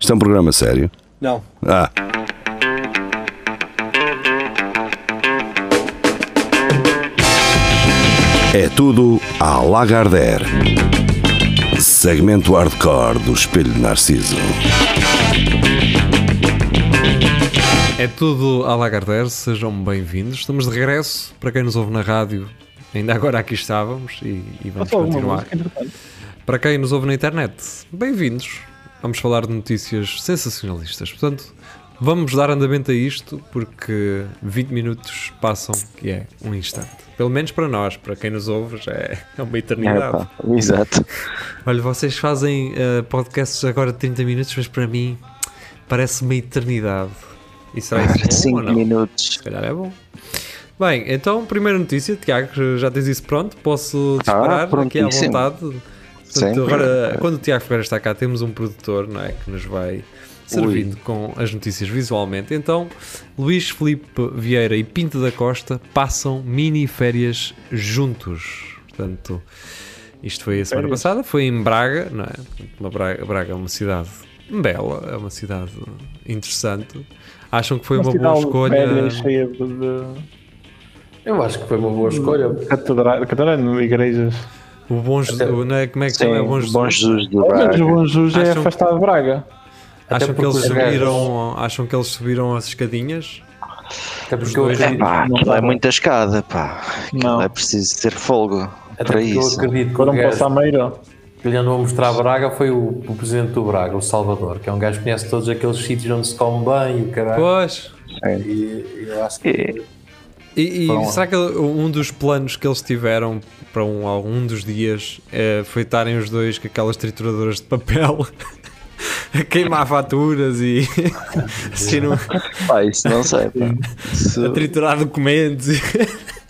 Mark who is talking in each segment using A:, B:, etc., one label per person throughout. A: Isto é um programa sério.
B: Não.
A: Ah, é tudo à Lagardère. Segmento hardcore do Espelho de Narciso.
C: É tudo à Lagardère, sejam bem-vindos. Estamos de regresso, para quem nos ouve na rádio, ainda agora aqui estávamos e, e vamos
B: Faltou alguma
C: continuar.
B: música, entretanto.
C: Para quem nos ouve na internet, bem-vindos. Vamos falar de notícias sensacionalistas. Portanto, vamos dar andamento a isto porque 20 minutos passam, que é um instante. Pelo menos para nós, para quem nos ouve, já é é uma
D: É,
C: eternidade.
D: pá, exato.
C: Olha, vocês fazem eh, podcasts agora de 30 minutos, mas para mim parece uma eternidade. E será isso bom ou
D: 5
C: não?
D: minutos.
C: Se calhar é bom. Bem, então, primeira notícia, Tiago, já tens isso pronto? Posso disparar aqui à
D: prontíssimo.
C: vontade? Portanto,
D: Sempre.
C: agora, quando o Tiago Ferreira está cá, temos um produtor, não é? Que nos vai servindo com as notícias visualmente. Então, Luís Filipe Vieira e Pinto da Costa passam mini férias juntos. Portanto, isto foi a semana
B: Férias.
C: passada, foi em Braga, não é? Portanto, Uma Braga, Braga é uma cidade bela, é uma cidade interessante. Acham que foi uma, boa
B: cidade
C: escolha?
B: velha, cheia de, de
E: Eu acho que foi uma
B: Hum.
E: boa escolha.
B: catedra- catedra- não, igrejas.
C: O bom Jesus, não é? Como é que
D: Sim,
C: chama? É bom
D: bom
C: Jesus.
D: Jesus de
B: Pelo menos o
D: Braga.
B: Bom Jesus é
C: Acham-
B: afastado de Braga.
E: Até
C: Acham que,
E: porque
C: eles
E: os gajos-
C: subiram, acham que eles subiram as escadinhas?
E: Até porque eu
C: dois-
E: acredito,
D: Pá,
B: Não
D: aquilo
B: dá.
D: é muita escada, pá. Aquilo
B: Não.
D: é preciso ter folga para
E: até porque eu
D: isso.
E: acredito que o
B: Foram para o
E: gajo
B: Sameiro.
E: que lhe andou a mostrar a Braga foi o, o presidente do Braga, o Salvador, que é um gajo que conhece todos aqueles sítios onde se come bem e o caralho.
C: Pois.
E: E eu acho que
D: E-
C: E, e será que um dos planos que eles tiveram para um, algum dos dias eh, foi estarem os dois com aquelas trituradoras de papel a queimar faturas e assim no-
D: Pá, isso não sei, pá.
C: a
D: Isso-
C: triturar documentos? e-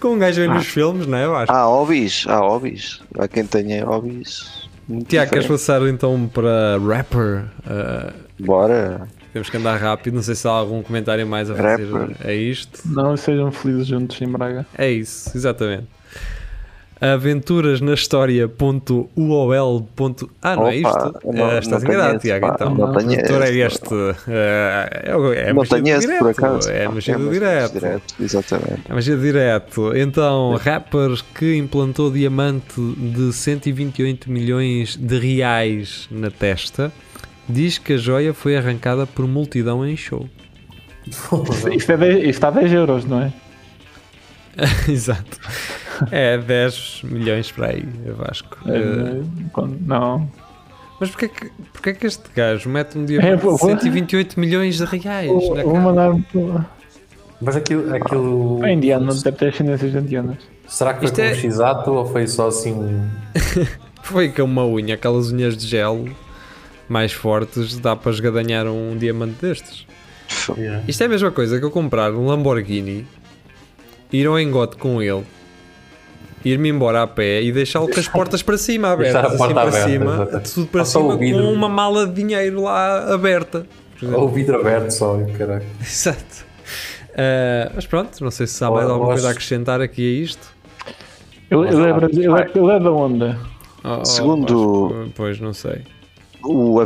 C: Como um gajo vê
E: Ah.
C: nos filmes, não é? Vasco?
D: Há hobbies, há hobbies. Há quem tenha hobbies. muito
C: Tiago, queres
D: diferentes.
C: passar então para rapper? Ah,
D: Bora.
C: temos que andar rápido, não sei se há algum comentário mais a fazer
D: Rapper.
C: a isto.
B: Não sejam felizes juntos em Braga.
C: É isso, exatamente. Aventuras na história.uol. Ah, não é
D: Opa,
C: isto?
D: não-
C: Eh, estás
D: não
C: enganado,
D: conheço,
C: Tiago.
D: pá,
C: Então,
D: não
C: O produtor é
D: conheço.
C: este. eh, é o- é a
D: não
C: magia do
D: tenho esse, por
C: direto,
D: acaso.
C: É a
D: Não,
C: magia do
D: mas
C: direto.
D: direto. Exatamente.
C: É magia do direto. Então, rapper que implantou diamante de 128 milhões de reais na testa diz que a joia foi arrancada por multidão em show.
B: Isto, é 10, isto está a 10 euros, não é?
C: Exato. É 10 milhões para aí, eu Vasco. Eh,
B: É, quando- não.
C: Mas porquê que, porquê que este gajo mete um diamante
B: É, vou-
C: de 128 milhões de reais
B: Vou,
C: na
B: vou
C: cara?
B: mandar.
E: Mas aquilo. aquilo
B: É indiano, deve ter chinês indianas.
E: será que foi
C: Isto
E: com
C: é-
E: um X-ato ou foi só assim. um-
C: Foi com uma unha, aquelas unhas de gel mais fortes, dá para esgadanhar um diamante destes. Isto é a mesma coisa que eu comprar um Lamborghini, ir ao engote com ele, ir-me embora a pé e deixá-lo com as portas para cima
E: Deixar
C: abertas,
E: a porta
C: assim para
E: aberta,
C: cima,
E: exato.
C: tudo para
E: Ou só o
C: cima, com
E: vidro.
C: uma mala de dinheiro lá aberta. Por exemplo.
E: Ou o vidro aberto só, e o caralho.
C: Exato. Ah, mas pronto, não sei se há mais
E: Ou-
C: alguma
E: ou
C: coisa a
E: acho-
C: acrescentar aqui a isto.
B: Ele, ele, é, brasi- ele, é, ele é da onda.
C: Ou- ou-
D: Segundo-
C: Oh, acho que- pois, não sei.
D: o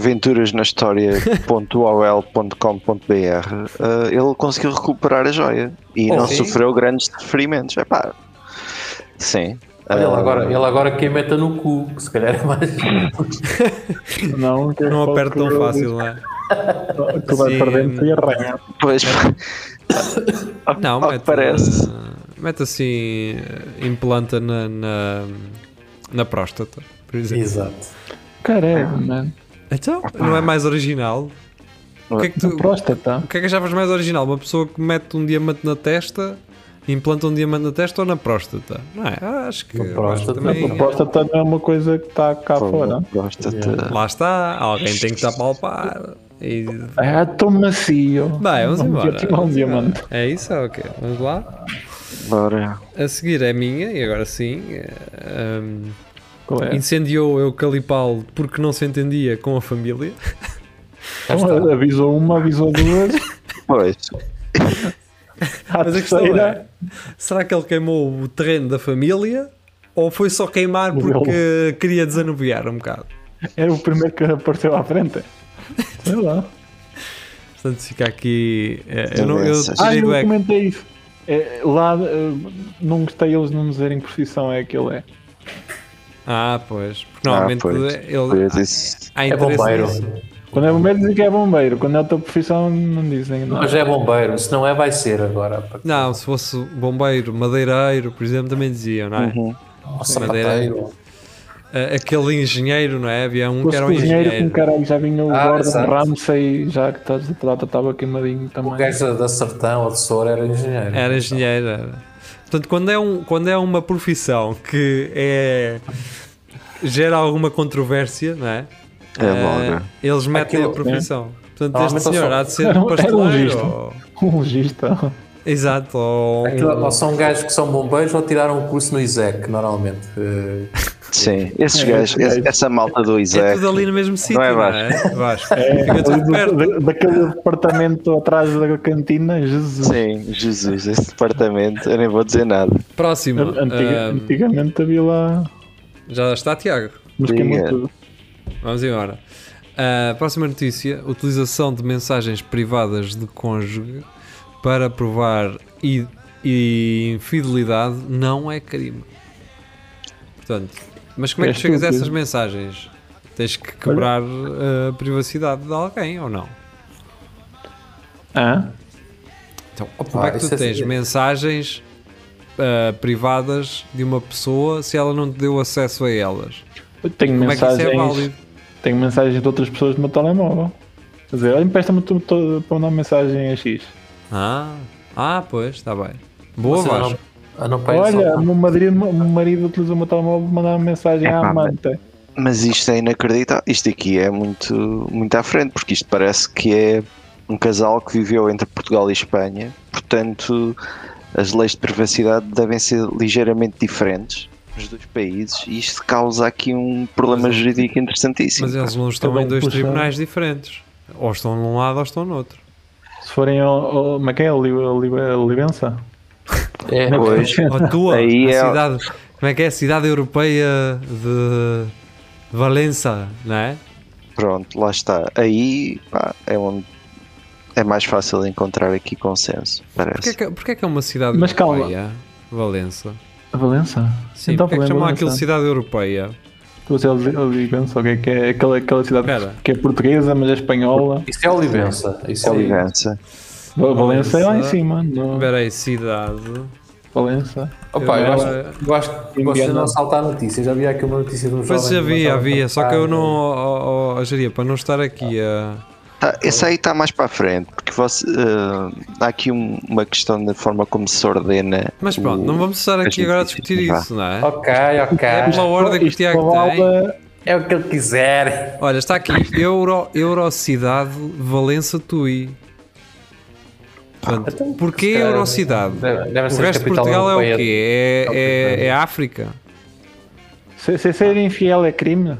D: aventurasnahistoria.ol.com.br eh, ele conseguiu recuperar a joia e
E: Oh,
D: não
E: sim?
D: sofreu grandes sofrimentos. Epá, sim.
E: Olha, ele
D: Eh,
E: agora, ele agora quem meta no cu, que se calhar é mais.
B: Não, que
C: Não
B: pode-
C: aperto tão
B: que-
C: fácil, não é?
B: Tu vai
C: Sim.
B: perdendo e arranha.
D: Pois,
C: Não,
D: ao que parece.
C: ah, mete assim, ah, implanta na, na, na próstata, por exemplo.
E: Exato.
B: Caralho, mano.
C: Então, não é mais original? O que é que tu,
B: Próstata.
C: o que é que achavas mais original? Uma pessoa que mete um diamante na testa, implanta um diamante na testa ou na próstata? Não é? Acho que.
E: Na
C: acho que
E: próstata.
C: também-
E: Na
B: Próstata não é uma coisa que está cá fora.
D: gosta de-
C: Lá está, alguém tem que estar a palpar. E
B: Ah, tão macio.
C: Bem, vamos embora.
B: meter-te lá um diamante.
C: É isso? É ok. Vamos lá.
D: Bora.
C: A seguir é minha, e agora sim. eh, hum,
B: Qual é?
C: incendiou Eucalipal porque não se entendia com a família.
E: Já está.
B: Então, avisou uma, avisou duas.
D: Pois,
B: À
C: Mas a questão
B: terceira,
C: é: será que ele queimou o terreno da família? Ou foi só queimar
B: Morreu. é
C: porque queria desanuviar um bocado?
B: era o primeiro que apareceu à frente. Sei lá.
C: Portanto, fica aqui. é, eu não, eu
D: Doenças.
B: Ah,
C: tirei do
B: eu
C: eco.
B: comentei isso. É, lá eh, não gostei eles não dizerem que profissão é que ele é.
C: Ah, pois. Porque normalmente é-
D: pois.
C: ele.
D: Pois, isso-
C: Há
E: É
C: interesse
E: bombeiro.
C: nisso.
B: Quando é bombeiro dizem que é bombeiro, quando é outra profissão não dizem nada.
E: Mas é bombeiro, se não é, vai ser agora.
C: Não, se fosse bombeiro, madeireiro, por exemplo, também diziam, não é?
D: Uhum.
E: Ou
C: madeira.
E: sapateiro.
C: A- Aquele engenheiro, não é? Havia um que
B: Fosse
C: era um
B: cozinheiro com
C: engenheiro.
B: caralho, já vinha o
E: Ah,
B: Gordon
E: exato.
B: Ramsay, já que estás a batata estava queimadinho
E: O
B: também.
E: gajo da- da Sertão ou de Soura era engenheiro.
C: Era engenheiro, era. Portanto, quando é, um, quando é uma profissão que é. gera alguma controvérsia, não é?
D: É bom,
C: Ah,
D: né?
C: Eles metem
E: Aquilo,
C: a profissão. Portanto, este
E: Normalmente eu
C: senhor
E: sou-
C: há de ser
B: Era
C: um
B: um- era um
C: pasteleiro.
B: logista.
C: ou-
B: Um logista.
C: Exato, ou. um- é
E: Aquilo- ou são gajos que são bombeiros ou tiraram um curso no ISEC, normalmente. Eh,
D: Sim, esses
B: É,
D: gajos,
B: é.
D: esse- essa malta do
C: É
D: Isaac.
C: tudo ali no mesmo sítio,
D: é,
C: não é? Vasco. Fica
B: Ali
C: tudo
B: do-
C: perto.
B: da- daquele departamento atrás da cantina, Jesus.
D: Sim, Jesus, esse departamento, eu nem vou dizer nada.
C: Próximo.
B: Antiga-
C: ah,
B: antigamente havia lá.
C: já está, Tiago.
B: Mas
D: Sim,
B: queimou
D: é.
B: tudo.
C: Vamos embora. A próxima notícia: utilização de mensagens privadas de cônjuge para provar i- i- infidelidade não é crime. Portanto, mas como é que
B: É
C: chegas a
B: estúpido.
C: essas mensagens? Tens que quebrar ah, a privacidade de alguém ou não?
B: Hã?
C: Então, como é que
E: isso
C: tu
E: é
C: tens
E: assim.
C: mensagens ah, privadas de uma pessoa se ela não te deu acesso a elas?
B: Eu tenho
C: Como
B: mensagens.
C: é que isso é válido?
B: tenho mensagens de outras pessoas no meu telemóvel. Quer dizer, olha, empresta-me tu- tu- para mandar mensagem a X.
C: Ah, ah pois, está bem. Boa,
E: vocês
C: Vasco.
E: não- é ah, não pensam-
B: Olha, o meu marido, o meu marido utiliza o meu telemóvel para mandar uma mensagem
C: É
B: à
D: Epá, mas-
B: amante.
D: Mas isto é inacreditável. Isto aqui é muito, muito à frente, porque isto parece que é um casal que viveu entre Portugal e Espanha, portanto, as leis de privacidade devem ser ligeiramente diferentes nos dois países e isto causa aqui um problema
C: Mas- é-
D: jurídico interessantíssimo.
C: Mas é- eles não estão
B: Cada
C: em
B: um
C: dois
B: puxa-
C: tribunais diferentes. Ou estão num lado ou estão no outro.
B: Se forem ao. ao mas quem é? A Li- a Li- a Libença?
E: É,
D: Pois,
C: Ou tua,
D: Aí
C: a
D: é-
C: cidade. Como é que é? A cidade europeia de de Valença, não é?
D: pronto, lá está. Aí pá, é onde é mais fácil encontrar aqui consenso,
C: Porquê
D: parece.
C: que, porquê que é uma cidade
B: Mas calma.
C: europeia? Valença.
B: A Valença?
C: Sim, porquê que
B: falei
C: chamam
B: Valença.
C: aquilo cidade europeia?
B: Estou a dizer a Li- a Libença, ok? Que é aquela, aquela cidade
C: Espera.
B: que é portuguesa, mas é espanhola.
E: Isso é Olivença. Isso é Olivença.
D: Olivença.
B: Va- Valença é lá em
C: Valença.
B: cima. No...
C: Espera aí, cidade.
B: Valença.
E: Opa, eu,
C: Eu-
E: acho, eu acho que vocês não saltar notícias. Já havia aqui uma notícia de um jovem.
C: Pois
E: que
C: havia,
E: matava-
C: havia. Só que eu
E: é.
C: não. Oh, oh, oh, Jeria, para não estar aqui a.
D: Tá, esse aí está mais para a frente, porque você, eh, há aqui um- uma questão da forma como se ordena.
C: Mas pronto,
D: o-
C: não vamos estar aqui
D: as
C: agora a
D: notícias,
C: discutir
D: vá.
C: isso, não é?
E: Ok, ok.
C: É pela ordem que o
B: Isto
C: Tiago
B: fala
C: tem.
B: da-
E: É o que ele quiser.
C: Olha, está aqui Euro, Eurocidade Valença Tui. Portanto,
E: Então,
C: porquê
E: se calhar
C: Eurocidade?
E: Deve, deve
C: O
E: ser a
C: resto de
E: capital
C: Portugal é
E: europeia.
C: o quê? É, é, é África?
B: Se, se ser infiel é crime?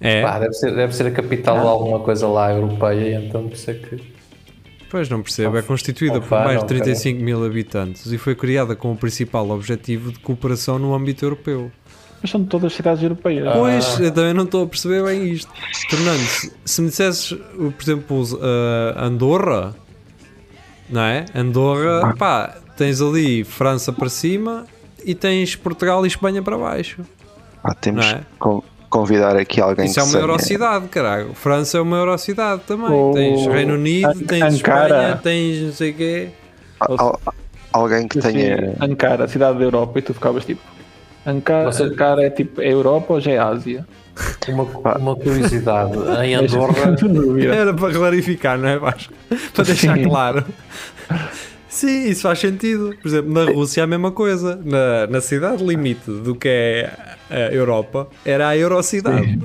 C: É?
E: Pá, deve, ser, deve ser a capital de alguma coisa lá europeia. Então, por isso é que.
C: Pois não percebo. É constituída
E: não
C: por
E: faz,
C: mais de
E: não, cara.
C: 35 mil habitantes e foi criada com o principal objetivo de cooperação no âmbito europeu.
B: Mas são de todas as cidades europeias.
C: Pois, eu também não estou a perceber bem isto. Tornando-se, se me dissesses, uh, por exemplo, os, uh, Andorra, não é?
B: Ah.
C: Andorra, pá, tens ali França para cima e tens Portugal e Espanha para baixo.
D: Ah, temos
C: Não é?
D: que con- convidar aqui alguém
C: Isso
D: que
C: é uma
B: né?
D: seja-
C: Eurocidade, caralho. França é uma Eurocidade também. tens
B: Oh,
C: Reino Unido,
B: An-
C: tens Espanha,
B: Ankara.
C: tens não sei o quê.
D: al- al- alguém que tenha.
B: Assim, Ankara, cidade da Europa, e tu ficavas tipo. Ankara,
E: Você-
B: Ankara é tipo é Europa ou já é Ásia?
E: Uma, uma curiosidade. em Andorra.
B: Sem dúvida.
C: Era para clarificar, não é Vasco? Para deixar
B: Sim.
C: claro. Sim, isso faz sentido. Por exemplo, na Rússia é a mesma coisa. Na, na cidade limite do que é a Europa, era a Eurocidade.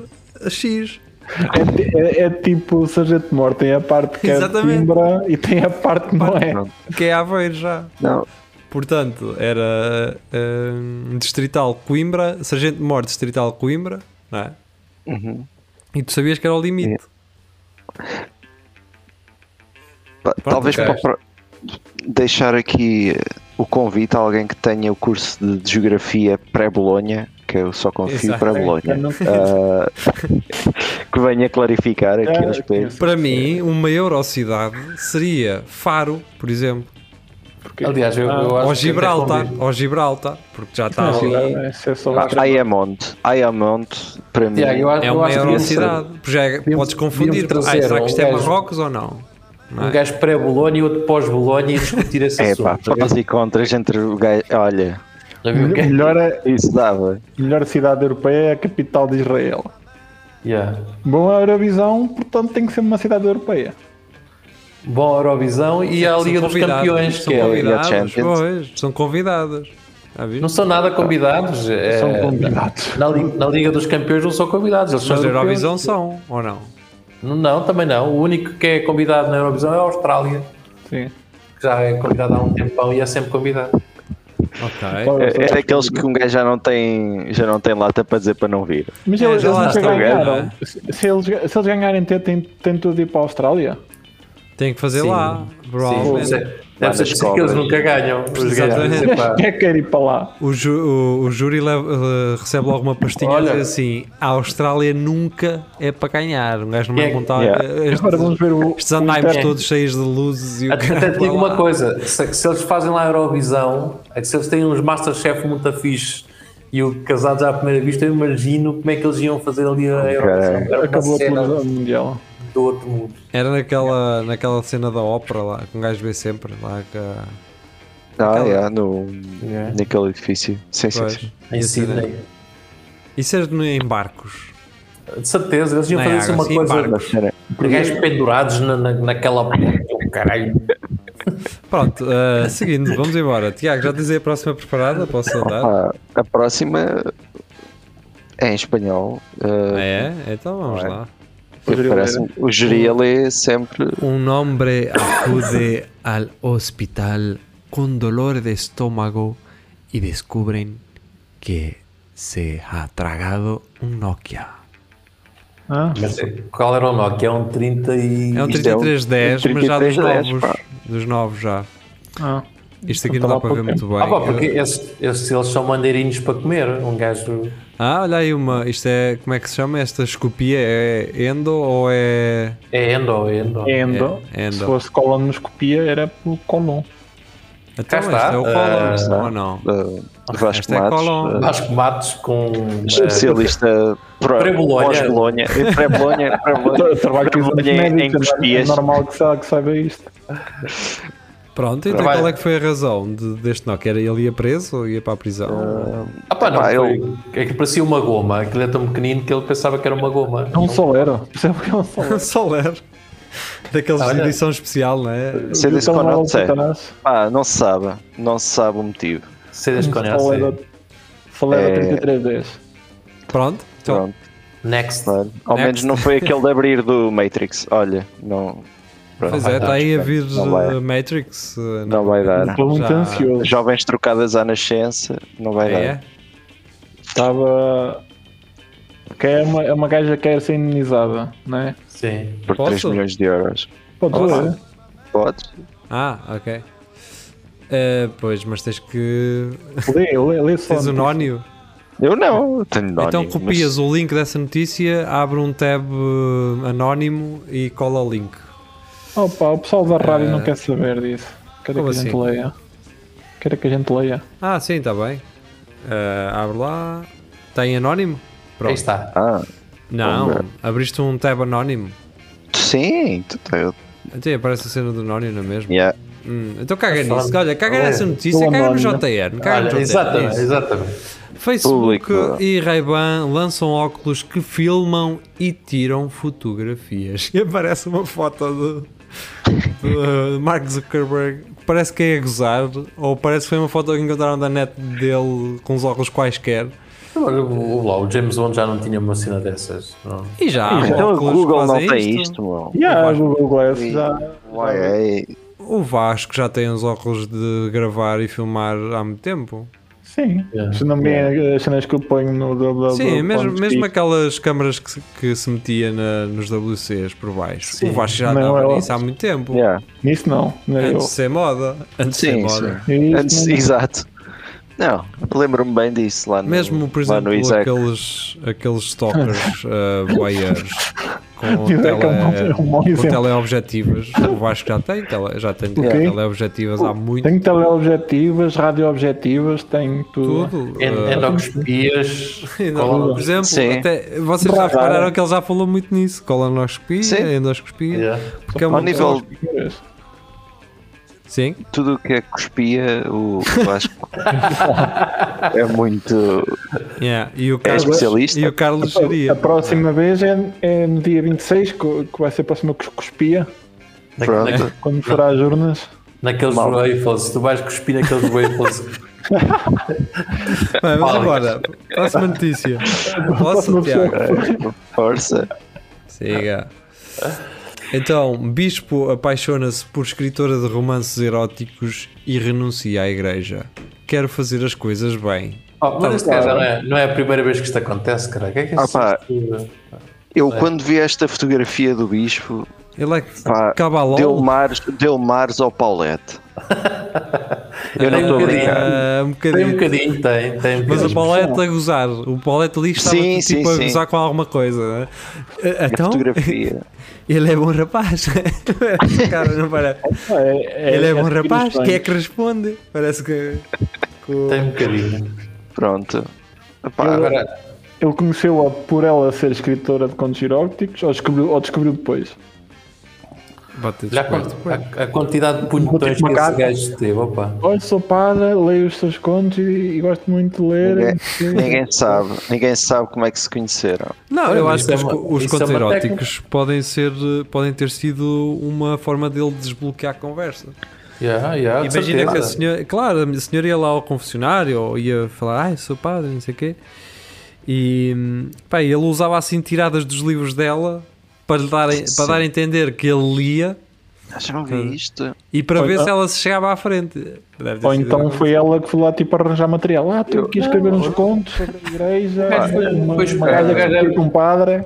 C: A X.
B: É, ti- é, é tipo o Sargento Mor, tem a parte que é de
C: Exatamente.
B: Coimbra e tem a parte que não é.
C: Que é Aveiro já.
D: Não,
C: Portanto, era hum, Distrital Coimbra, Sargento Mor, Distrital Coimbra, não é? E tu sabias que era o limite.
D: pa- talvez
C: ok.
D: para pro- deixar aqui eh, o convite a alguém que tenha o curso de de Geografia pré-Bolonha que eu só confio
C: Exato.
D: para Bolonha,
B: Não-
D: ah, que venha clarificar aqui
B: É,
D: os países.
C: Para mim, uma eurocidade seria Faro, por exemplo.
B: porque-
E: Aliás, eu,
B: Ah,
E: eu acho
C: Ou
E: que até
C: Gibraltar,
E: convido.
C: ou Gibraltar, porque já está
B: não,
C: ali.
B: cidade, isso é só
D: Ah, Ayamonte, Ayamonte, para mim,
E: Tiago, eu acho,
C: É
E: eu
C: uma
E: acho que devíamos
C: eurocidade. Porque já é- podes confundir.
E: devíamos
C: Ah,
E: trazer
C: será que isto é
E: um gajo-
C: Marrocos ou não? é?
E: ter Um gajo pré-Bolónia e outro pós-Bolónia e discutir esse
D: é
E: assunto.
D: pá, prós e contras entre o gajo, olha,
E: Já viu o que é?
B: Melhor, é-
D: isso dava.
B: melhor cidade europeia é a capital de Israel.
E: Yeah.
B: Bom, a Eurovisão, portanto, tem que ser uma cidade europeia.
E: Bom, Eurovisão e a Liga dos
C: convidados,
E: Campeões,
C: são
E: que é.
C: convidados,
D: Champions.
C: pois, são convidados. Já viste?
E: Não são nada convidados. é-
B: São combinados.
E: Na, Li- na Liga dos Campeões não são convidados. Eles são
C: Mas a
E: europeus.
C: Eurovisão são, ou não?
E: Não, também não. O único que é convidado na Eurovisão é a Austrália,
B: Sim.
E: que já é convidado há um tempão e é sempre convidado.
C: Ok.
D: É, é daqueles que um gajo já não tem, já não tem lata para dizer para não vir.
B: Mas
C: É,
B: eles,
C: já
B: eles
C: lá
B: nunca
C: estão,
B: ganharam.
C: né?
B: Se, se eles, se eles ganharem, tem, tem, tem tudo de ir para a Austrália.
C: Tem que fazer
E: Sim.
C: lá,
E: Deve
C: provavelmente.
E: ser- Deve ser
D: Várias
E: preciso que eles
D: cobras.
E: nunca ganham. Os
C: Exatamente.
E: gajos, epá.
B: Quem é que quer ir para lá?
C: O, ju- o- o júri leva- eh, recebe logo uma pastinha
E: Olha.
C: a dizer assim: a Austrália nunca é para ganhar. Um gajo não vai
E: É,
C: montar
D: yeah.
C: estes,
B: Agora vamos ver o.
C: estes andaimes
B: o inter-
C: todos cheios de luzes e o
E: Até, até
C: caralho
E: te digo
C: lá.
E: uma coisa: se, se eles fazem lá a Eurovisão, é que se eles têm uns Masterchef muito fixe e o casados à primeira vista, eu imagino como é que eles iam fazer ali a Eurovisão.
D: Caralho.
E: Era uma
B: Acabou a
E: cena
B: televisão mundial.
E: do outro mundo.
C: Era naquela, naquela cena da ópera lá, que um gajo vê sempre lá. Que,
D: Ah,
C: Aquela-
D: é, no, naquele edifício. Sim, sim,
C: pois,
D: sim.
E: Em
C: isso, né?
E: Sydney.
C: Isso era no- em barcos.
E: De certeza, eles iam
C: Na
E: fazer assim
C: água,
E: uma
C: sim,
E: coisa.
C: barco.
D: Mas era-
E: Os gajos pendurados na, na, naquela. Oh, caralho.
C: Pronto, eh, seguindo, vamos embora. Tiago, já dizia a próxima preparada? Posso andar?
D: Opa, ah, a próxima é em espanhol. eh,
C: É? Então vamos lá.
D: que parece- o Geriel é sempre.
C: Un Um hombre acude al hospital con dolor de estómago y descubren que se ha tragado un Nokia.
B: Hã?
E: Mas qual era o Nokia? É um 30 e.
C: É um
D: Isto é um
C: 3310, mas já dos
D: 3310,
C: novos.
D: pá. Então tá
C: Dos novos já.
B: Ah.
C: Isto aqui não dá para ver muito bem.
E: Ah, pá, porque esses, esses- eles são mandeirinhos para comer. Um gajo.
C: Ah, olha aí uma. Isto é. Como é que se chama? Esta escopia é endo ou é.
E: É endo, é endo.
B: Endo.
C: É, endo.
B: Se fosse colonoscopia, era por colon.
C: Então, isto
E: está.
C: é o
E: Ah,
C: Colon, ou não?
D: eh, Vasco
C: Esta é
D: Matos,
C: Colón.
D: eh,
E: Vasco Matos com. eh,
D: especialista pró-
E: Pré-Bolonha.
D: pós-Bolonha. Eh, Pré-Bolonha.
B: Eu
D: Pré-Bolonha.
B: trabalho com exames
D: Bolonha em- em
B: médicos, é- é
D: cuspias.
B: normal que, sa- que saiba isto.
D: eh,
C: Pronto, então
E: Trabalho.
C: qual é que foi a razão de- deste Nokia? Era ele ia preso ou ia para a prisão?
E: Ah, pá, não.
D: Pá,
E: foi-
D: eu-
E: É que parecia uma goma. Aquilo é tão pequenino que ele pensava que era uma goma.
B: É um solero. Percebe que é um solero?
D: Ah.
C: Soler. Daqueles
E: Olha.
C: de edição especial, não é?
D: Sei desse
B: Então,
D: que eu não
B: mal,
D: sei.
B: Satanás.
D: Pá, não se sabe. Não se sabe o motivo.
E: Você desconhece.
B: Um Solero. Solero
D: É.
B: 3310.
C: Pronto, então,
D: Pronto,
E: Next.
D: claro. Ao
C: Next.
D: menos não foi aquele de abrir do Matrix. Olha, não. Pronto.
C: pois é, está aí a vir
D: Não vai.
C: uh, Matrix. uh,
D: Não vai dar.
B: Estou muito
C: Já-
B: ansioso.
D: Jovens trocadas à nascença, não vai dar.
C: É?
B: Estava. Que é uma, é uma gaja que quer ser indenizada, não é?
E: Sim.
D: Por
C: Posso?
D: 3 milhões de euros.
B: Podes
D: Olá.
B: ler?
D: Podes?
C: Ah, ok. Uh, pois, mas tens que.
B: Lê, lê, lê só.
C: Tens o nónio.
D: Eu não, eu tenho nome.
C: Então copias o link dessa notícia, abre um tab uh, anónimo e cola o link.
B: Opa, o pessoal da rádio
C: Eh,
B: não quer saber disso. Quer que
C: como
B: a gente
C: assim?
B: leia. Quer que a gente leia.
C: Ah, sim, está bem. Uh, abre lá. Tem anónimo?
E: Aí
C: Pronto.
E: está.
D: Ah,
C: Não,
D: Vamos
C: abriste um tab anónimo.
D: sim, tu tens.
C: Até aparece a cena do anónimo, não é mesmo?
D: Yeah.
C: Hum, então caga
E: É Só-
C: nisso, olha, caga
E: Olha,
C: nessa notícia,
B: pelo
C: caga no
B: anónimo.
C: JN, caga no
E: Olha,
C: JN.
E: exatamente,
C: isso.
E: exatamente.
C: Facebook
D: Público.
C: e Ray-Ban lançam óculos que filmam e tiram fotografias. E aparece uma foto de, de Mark Zuckerberg, que parece que é a gozar, ou parece que foi uma foto que encontraram da net dele com os óculos quaisquer.
E: Olha, o, o- lá, o James Bond já não tinha uma cena dessas. Não.
C: E já, há
D: Então o
C: óculos
D: Google
C: que
D: não
C: fazem
D: tem isto, meu.
B: E a Google Glass já.
D: Ué, é-
C: O Vasco já tem os óculos de gravar e filmar há muito tempo.
B: Sim.
E: Yeah.
B: Se não bem as cenas que eu ponho no www.
C: Sim, mesmo, mesmo
B: tipo,
C: aquelas câmaras que se, que se metia na- nos WCs por baixo. o Vasco já
B: Não,
C: andava
B: é
C: nisso há muito tempo.
D: yeah.
B: Nisso não, não é eu.
C: Antes de ser moda. Antes de ser
D: Sim,
C: moda.
D: sim.
B: Eu isso
D: Antes,
B: não-
D: exato. Não, lembro-me bem disso lá no
C: Mesmo, por
D: lá no
C: exemplo,
D: Isaac.
C: aqueles, aqueles stalkers uh, voyeurs com,
B: Isaac é um
C: tele,
B: bom- é um bom
C: com
B: exemplo.
C: teleobjetivas. O Vasco já tem, tele, já tem
B: quê?
C: teleobjetivas há muito
B: Tem teleobjetivas, radioobjetivas, tem tudo.
C: tudo.
E: En-
C: uh,
E: Endoscopias.
C: Não, por exemplo,
D: Sim.
C: até, vocês já
B: Radar.
C: repararam que ele já falou muito nisso, colonoscopia,
D: Sim.
C: endoscopia,
E: Yeah.
C: porque é
D: Ao
C: uma
D: nível
C: Sim,
D: tudo o que é cuspia, o Vasco é muito.
C: yeah. e o
D: É
C: Carlos,
D: especialista.
C: e o Carlos
B: A
C: geria.
B: próxima vez é, é no dia 26, que, que vai ser a próxima cus- cuspia,
D: Pronto.
B: quando for às urnas.
E: Naqueles waffles, tu vais cuspir naqueles waffles.
C: Bem, vamos
E: Fala.
C: embora, próxima notícia. Posso,
B: Próxima
C: Tiago?
D: Força.
C: Siga. Então, Bispo apaixona-se por escritora de romances eróticos e renuncia à igreja. Quero fazer as coisas bem.
E: Oh, mas este gajo não é, não é a primeira vez que isto acontece, cara. O que é que é
D: Ah,
E: isso?
D: pá. Eu,
C: É.
D: quando vi esta fotografia do bispo,
C: Ele é que
D: pá,
C: cabalou.
D: deu mares, deu mares ao Paulette. Eu não
E: Tem
D: estou
E: um
D: a
E: bocadinho.
D: brincar.
C: Ah, um
E: Tem
C: bocadinho.
E: um bocadinho, tem, tem um
C: Mas o
E: bocadinho.
C: Paulette a gozar. O Paulette ali estava
D: Sim,
C: tipo
D: sim,
C: a
D: sim.
C: gozar com alguma coisa. né? Ah,
D: A
C: Então,
D: fotografia.
C: ele é bom rapaz. Esse cara não parece.
B: Ah, é-
C: Ele é bom
B: seguir os
C: rapaz.
B: sonhos.
C: Quem é que responde? Parece que. que o-
E: Tem um bocadinho.
D: Pronto. Epá,
E: Agora,
B: Ele conheceu-a por ela ser escritora de contos eróticos ou descobriu, ou descobriu depois?
C: Bate
E: já
C: depois.
E: con- a, a quantidade de punhetões
B: Vou
E: que
B: ter uma
E: esse gajo teve, opa.
B: Olha, sou padre, leio os seus contos e, e gosto muito de ler.
D: ninguém, ninguém sabe. Ninguém sabe como é que se conheceram.
C: Não,
E: Olha,
C: eu
E: mas
C: acho que os,
E: isso é uma-
C: os
E: isso
C: contos
E: é uma
C: eróticos podem, ser, eh, podem ter sido uma forma dele desbloquear a conversa.
E: Yeah, yeah, de
C: Imagina que a
E: certeza.
C: senhora, claro, a senhora ia lá ao confessionário ou ia falar, ai, sou padre, não sei o quê. E hum, pá, ele usava assim tiradas dos livros dela para, lhe dar, para
D: Sim.
C: dar a entender que ele lia
D: Ah, Já não
C: Hum.
D: vi isto.
C: e para
B: Ou
C: ver
B: então-
C: se ela se chegava à frente. Deve ter
B: Ou
C: sido-
B: então foi ela que foi lá tipo arranjar material. Ah, tenho que escrever uns contos sobre a igreja,
E: Ah,
B: uma,
E: pois
B: uma
E: foi.
B: gaja que
E: Ah,
B: se com um padre.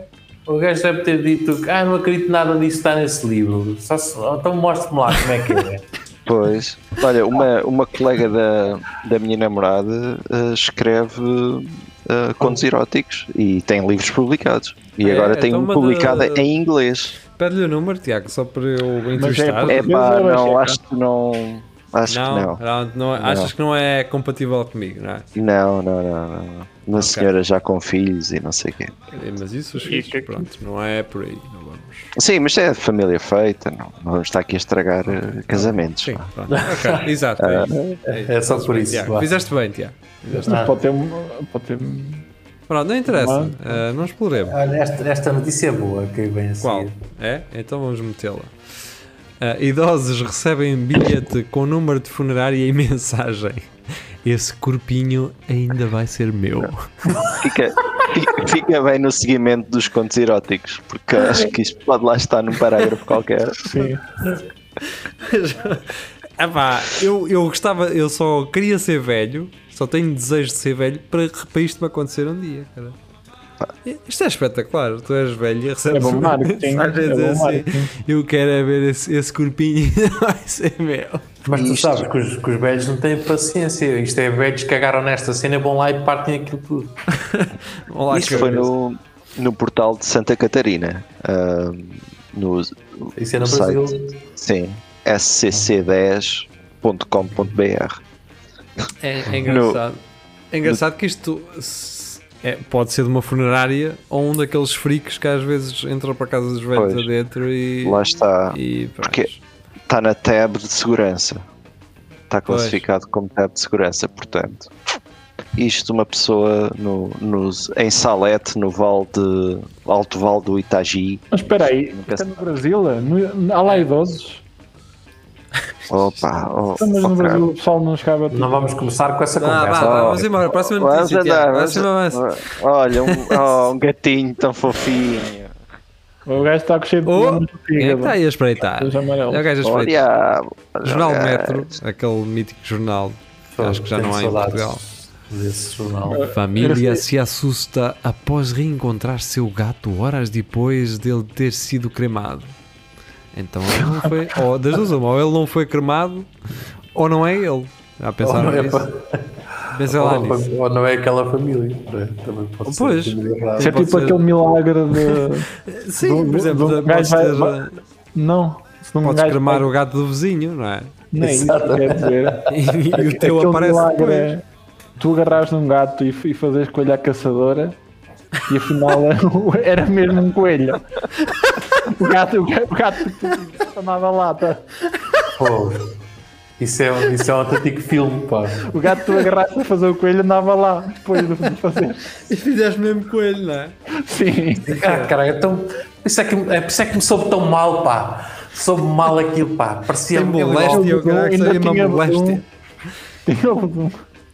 E: O gajo deve ter dito que ah, não acredito nada disso que está nesse livro. Só se- então mostre-me lá como é que é.
D: Pois. Olha, uma, uma colega da, da minha namorada eh, escreve eh, contos eróticos e tem livros publicados. E
C: Ah. É,
D: agora tem
C: então
D: um
C: manda-
D: publicado em inglês.
C: Pede-lhe o número, Tiago, só para eu entrevistar.
B: porque-
D: É pá,
B: Mas eu
D: não,
B: achei-
D: acho que não. Acho
C: não, Ah.
D: que não.
C: não, não- achas que não é compatível comigo, não é?
D: Não, não, não, não. não. Uma senhora já com filhos e não sei o quê.
C: É, Mas isso, os filhos, pronto, não é por aí. Não vamos.
D: Sim, mas é de família feita, não, não vamos estar aqui a estragar eh, casamentos.
C: Sim,
D: pá.
C: pronto. Ok, exato. É, isso. É isso.
E: É só por isso.
C: Tiago,
E: vá.
C: fizeste bem, Tiago. Ah.
B: Mas pode ter, um- pode ter
C: Pronto, não interessa.
B: Não
C: Ah, não exploremos.
E: Olha, esta, esta notícia é boa, que vem assim.
C: Qual? É? Então vamos metê-la. Ah, idosos recebem bilhete com número de funerária e mensagem. Esse corpinho ainda vai ser meu.
D: Fica, fica- fica bem no seguimento dos contos eróticos, porque acho que isto pode lá estar num parágrafo qualquer.
B: sim.
C: Ah pá, eu, eu gostava, eu só queria ser velho, só tenho desejo de ser velho para, para isto me acontecer um dia, cara.
D: Ah.
C: Isto é espetacular, tu és velho e recebes
B: É bom
C: uma
B: marketing,
C: mensagem
B: é
C: a dizer
B: bom
C: assim, eu quero é ver esse, esse corpinho ainda vai ser meu.
E: Mas tu sabes que os, que os velhos não têm paciência. Isto é velhos que agarram nesta cena, vão lá e partem aquilo tudo.
C: Vão lá
D: Isto foi
C: cabeça.
D: no, no portal de Santa Catarina. ah, no,
E: Isso é no
D: no
E: Brasil.
D: site. Sim, scc10.com.br.
C: É, é engraçado. É engraçado que isto se- é, pode ser de uma funerária ou um daqueles freaks que às vezes entra para casa dos velhos
D: Pois.
C: adentro e.
D: Lá está.
C: E faz.
D: Porque- Está na tab de segurança. Está
C: Pois.
D: classificado como tab de segurança, portanto. Isto uma pessoa no, nos- em Salete, no Val de Alto Val do Itagi.
B: Mas espera aí,
D: Nunca
B: isto é
D: se
B: no Brasil? No- no- Há lá idosos?
D: Opa, oh,
B: Então, mas
D: oh,
B: no
D: cara.
B: Brasil o pessoal não assim. chegava
E: Não vamos começar com essa
C: Ah, vá,
E: conversa.
C: vá, vamos embora. Próxima
D: Vamos
C: notícia.
D: andar,
C: Tiago.
D: vamos-
C: Próxima avança.
D: Olha, um, oh, um gatinho tão fofinho.
B: O gajo está com cheio de
C: Oh,
B: problemas no
C: quem é que
B: fígado.
C: está aí a espreitar?
B: Os amarelos.
C: É o gajo a
D: Oh,
C: espreitar.
D: diabo. Olha,
C: Jornal
D: olha.
C: um Metro, aquele mítico jornal que acho que já
E: Tenho
C: não há em
E: saudades
C: Portugal.
E: Desse jornal.
C: Família se assusta após reencontrar seu gato horas depois dele ter sido cremado. Então ele não foi. ou, das duas, uma, ou ele não foi cremado ou não é ele. Já pensaram
E: Olha,
C: nisso?
E: pá.
C: Pensa lá
E: Ou,
C: nisso.
E: fam- ou não é aquela família. não é? Também pode
C: Pois.
E: ser. família errada.
B: Isso é
C: pode
B: tipo
C: ser.
B: aquele milagre de.
C: Sim,
B: Do-
C: por exemplo,
B: do- do-
C: podes,
B: um vai-
C: ter,
B: vai- Não. Se não
C: podes cremar o gato do vizinho, não é?
B: Nem isso quer dizer.
C: E, e o teu
B: Aquele
C: aparece
B: milagre
C: depois.
B: é tu agarrares num gato e, f- e fazeres coelho à caçadora e afinal era um- era mesmo um coelho. O gato, o gato, o gato tomava lata.
E: Pô, Isso é, um- isso é um autêntico filme, pá. Ah,
B: O gato que tu agarraste a fazer o coelho andava lá depois de fazer.
C: E fizeste mesmo com ele, não é?
B: Sim.
E: Ah, caralho, é tão- Isso é, que, é por isso é que me soube tão mal, pá. Soube mal aquilo, pá. um Parecia
C: Tem
E: eu-
C: moléstia, eu caralho, que
B: ainda
C: seria uma
B: tinha
C: moléstia.
B: Tinha um.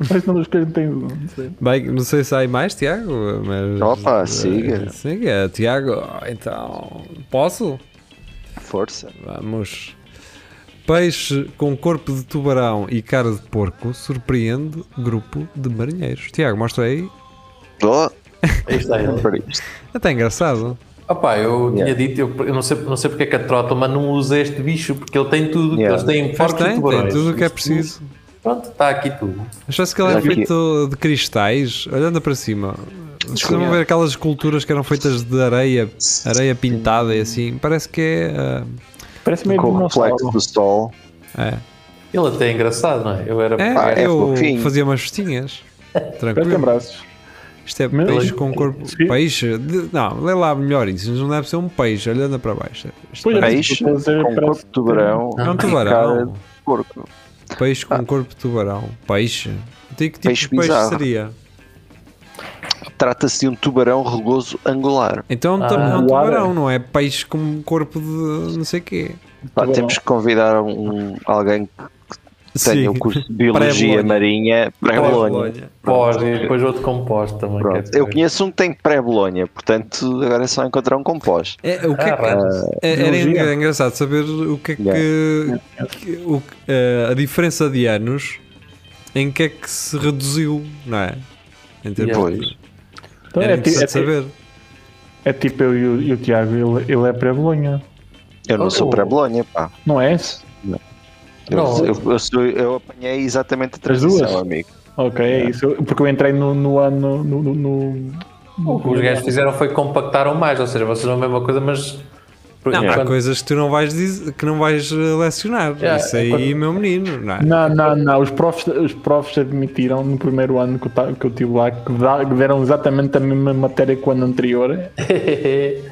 B: Mas não, os coelhos não têm um. não sei.
C: Bem, não sei se há aí mais, Tiago, mas...
D: Opa,
C: eh,
D: siga.
C: Siga, Tiago. Então, posso?
D: Força.
C: Vamos. Peixe com corpo de tubarão e cara de porco surpreende grupo de marinheiros. Tiago, mostra aí.
D: Oh,
E: Aí está ele.
D: para isto.
C: Até é engraçado.
E: Opa, Ah, eu
D: Yeah.
E: tinha dito, eu, eu não, sei, não sei porque é que a Trotoma não usa este bicho, porque ele tem tudo,
D: Yeah.
E: eles têm
C: Faz
E: porcos e
C: tem, tem
E: tubarões.
C: tudo o que é
E: Isto-
C: preciso.
E: Pronto, está aqui tudo.
C: Achaste que ele é
D: Aqui.
C: feito de cristais? Olhando para cima. Estão a
D: Desconheço.
C: ver aquelas esculturas que eram feitas de areia, areia pintada e assim. Parece que é. ah,
B: Parece meio
D: Com o reflexo
B: dinossauro.
D: do sol.
E: Ele até é engraçado, não é? Eu era
C: É,
D: Pá, é
C: eu
D: fofinho. é
C: fazia umas festinhas.
B: Parece um
C: Tranquilo.
B: braços.
C: Isto é
B: Mas-
C: peixe com corpo.
B: Sim.
C: Peixe? De- Não, lê lá melhor isso. Não deve ser um peixe, olhando para baixo. Isto
B: Pois é.
C: parece-
D: Peixe
B: estou a
D: com
B: dizer,
D: corpo
B: parece-
D: de tubarão.
C: é um
D: Cara
C: tubarão.
D: de porco.
C: um Peixe com corpo de tubarão. Peixe. Tem que tipo
D: Ah. Peixe
C: de peixe
D: bizarro.
C: seria?
D: Trata-se de um tubarão rugoso angular.
C: Então é um tu- é um
B: Moara.
C: tubarão, não é? Peixe com corpo de não sei quê.
D: Pá,
B: Tubarão.
D: temos que convidar um, alguém que tenha o curso de biologia
C: Pré-Bolonha.
D: marinha pré-Bolonha.
C: Bolonha.
E: pós e depois outro composto também.
D: Pronto.
E: quer
D: Eu
E: dizer.
D: conheço um que tem pré-Bolonha, portanto agora é só encontrar um com pós.
C: É, o que é que-
E: Ah,
C: é- era
B: Biologia.
C: engra- engraçado saber o que é que, que- o que- eh, a diferença de anos em que é que se reduziu, não é? Em termos
E: Yeah.
D: Pois.
B: Então,
C: Era
B: é, ti- é,
C: interessante
B: ti-
C: saber.
B: é tipo eu e o, e o Tiago, ele, ele é pré-Bolonha.
D: Eu não
E: Oh.
D: sou pré-Bolonha, pá.
B: Não é?
D: Eu,
E: Não.
D: eu, eu sou- eu apanhei exatamente a
B: As
D: transição,
B: duas?
D: amigo.
B: Ok, é isso. Eu- Porque eu entrei no, no ano. No, no, no-
E: O que os gajos fizeram foi compactaram mais, ou seja, vocês não é a mesma coisa, mas.
C: Não, há
E: Quando-
C: coisas que tu não vais, dizer, que não vais eh, lecionar.
E: Yeah,
C: Isso aí,
E: quando-
C: meu menino, não é?
B: Não, não, não. Os profs, os profs admitiram no primeiro ano que eu, ta- que eu tive lá que, da- que deram exatamente a mesma matéria que o ano anterior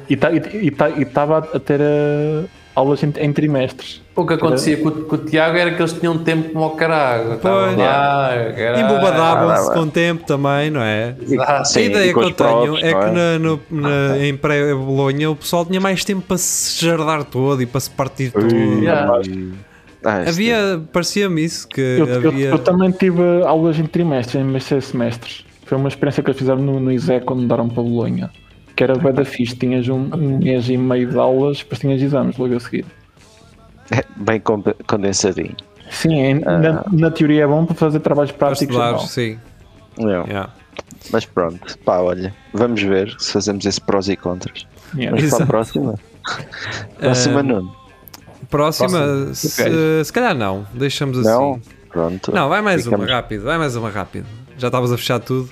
B: e ta- e ta- e estava a ter eh, aulas em, em trimestres.
E: o que acontecia com, o- com o Tiago era que eles tinham tempo como ao caralho. Estavam
C: Pois.
E: lá, caralho.
C: Embobadavam-se
D: Ah,
C: com o tempo também, não é?
E: Ah,
D: Sim,
C: a
D: e
C: ideia que
D: com
C: eu
D: os
C: tenho
D: próprios,
C: é
D: não
C: que na, no- na- em pré-Bolonha o pessoal tinha mais tempo para se jardar todo e para se partir todo.
E: Yeah.
D: Ah, isto-
C: Havia, parecia-me isso, que
B: Eu, eu-
C: havia.
B: eu também tive aulas em trimestres, em vez de ser semestres. Foi uma experiência que eles fizeram no, no ISEC quando mudaram para Bolonha. Que era bada fixe, tinhas um, um mês e meio de aulas, depois tinhas exames logo a seguir.
D: é, bem con- condensadinho.
B: Sim, em- na, na teoria é bom para fazer trabalhos
C: Ah. para
B: práticos. é
C: estudar,
B: mau.
C: sim.
D: Não,
C: yeah.
D: Mas pronto, pá, olha, vamos ver se fazemos esse prós e contras.
B: Yeah.
D: Vamos
C: Exato. Eh,
D: para a próxima. Próxima, Nuno.
C: Próxima, se,
D: Ok.
C: se calhar não, deixamos
D: Não?
C: assim.
D: Pronto.
C: Não, vai mais
D: Ficamos-
C: uma rápido, vai mais uma rápido. Já estavas a fechar tudo.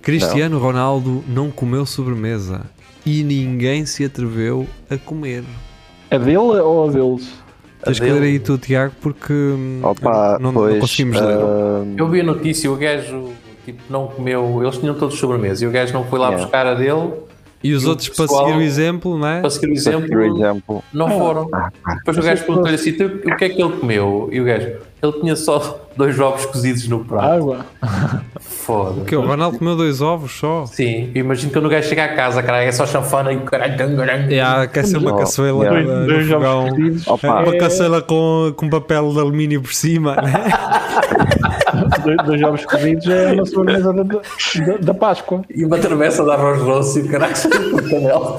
C: Cristiano Ronaldo não comeu sobremesa e ninguém se atreveu a comer.
B: A É dele ou a deles?
C: Tens que
E: dele?
C: ler aí tu, Tiago, porque hum,
D: Opa,
C: não, não
D: pois,
C: conseguimos ler.
D: ah,
E: Eu vi a notícia, o gajo tipo, não comeu, eles tinham todos sobremesa e o gajo não foi lá
D: Yeah.
E: buscar a dele,
C: E os
E: o
C: outros, para
E: pessoal-
C: seguir o exemplo, não é?
E: para seguir o exemplo, Ah.
D: por exemplo,
E: não foram. Depois o gajo perguntou-lhe assim: "Tu, o que é que ele comeu? E o gajo, ele tinha só dois ovos cozidos no prato.
B: Água.
E: Foda.
C: Que o Ronaldo comeu dois ovos só.
E: Sim, eu imagino que quando o gajo chega a casa, caralho, é só chanfana e caralho, gang, gang.
C: É, há- quer ser uma
D: Oh,
C: caçoela
D: yeah.
C: no
B: Dois
C: fogão. É,
B: jogos perdidos.
D: Opa.
C: Uma caçoela com, com papel de alumínio por cima, né?
B: Dois, dois jogos corridos é uma sobremesa da, da, da Páscoa.
E: E uma travessa de arroz doce e o caralho, com canela.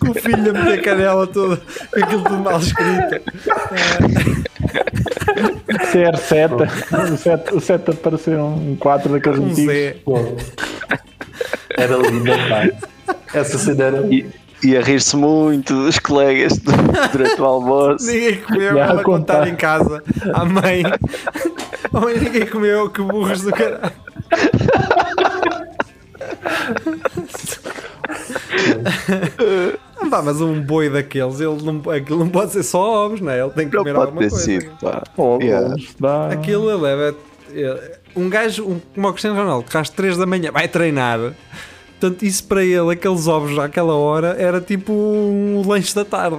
C: com o filho a meter canela toda, com aquilo tudo mal escrito.
B: CR7. O 7, o 7 aparecer um 4 daqueles
C: Um
B: antigos.
C: Z.
E: Foda. Era linda, pá. Essa cena era.
D: e, e a rir-se muito dos colegas durante o almoço.
C: Ninguém comeu,
B: Já
C: ela
B: a contar.
C: contar em casa à mãe. Homem, ninguém comeu, que burros do caralho. Ah, pá, mas um boi daqueles, ele não, aquilo não pode ser só ovos, não é? Ele tem que
D: Não
C: comer
D: pode
C: alguma
D: ter
C: coisa.
D: sido, pá.
B: Oh,
D: Yeah.
B: dá.
C: Aquilo ele leva. ele- Um gajo, um, como o Cristiano Ronaldo, que às 3 da manhã vai treinar. Portanto, isso para ele, aqueles ovos àquela hora, era tipo um lanche da tarde.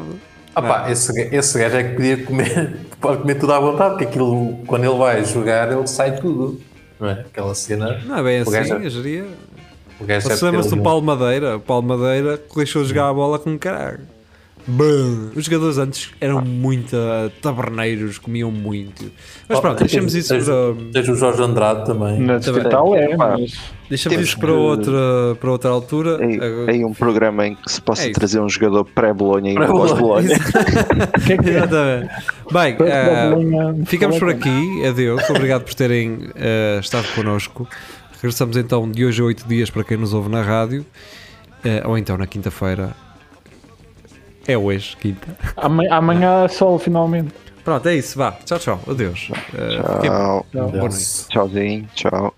E: Ah pá, esse, ga- esse gajo é que podia comer, pode comer tudo à vontade, porque aquilo, quando ele vai jogar, ele sai tudo. Não é? Aquela cena.
C: Não é bem
E: O
C: assim,
E: gajo-
C: eu diria.
E: O gajo deve
C: Você
E: ter
C: lembra-se
E: ali
C: do
E: um-
C: Paulo Madeira? O Paulo Madeira deixou jogar a bola com caralho. Bum. Os jogadores antes eram muito ah, taberneiros, comiam muito. Mas pronto, deixamos isso
E: Tens-
C: para,
E: Tens o Jorge Andrade também.
B: Na distrital é,
D: Pá.
B: mas.
C: deixamos
D: Temos
C: isso para,
D: que-
C: outra, para outra altura.
D: Aí, aí um programa em que se possa
C: É isso.
D: trazer um jogador pré-Bolonha e
E: Pré-Bolonha.
D: pós-Bolonha.
B: O que é que é?
C: Exatamente. Bem,
B: Depois
C: ah,
B: da é bolinha-
C: ficamos por
B: Fala com-
C: aqui. Adeus. Obrigado por terem ah, estado connosco. Regressamos então de hoje a 8 dias para quem nos ouve na rádio. Ah, ou então na quinta-feira. É hoje, quinta.
B: Amanhã, amanhã é sol, finalmente.
C: Pronto, é isso. Vá. Tchau, tchau. Adeus. Ah, fiquem bem.
D: Tchau,
B: Não.
C: Boa noite.
D: tchauzinho, tchau.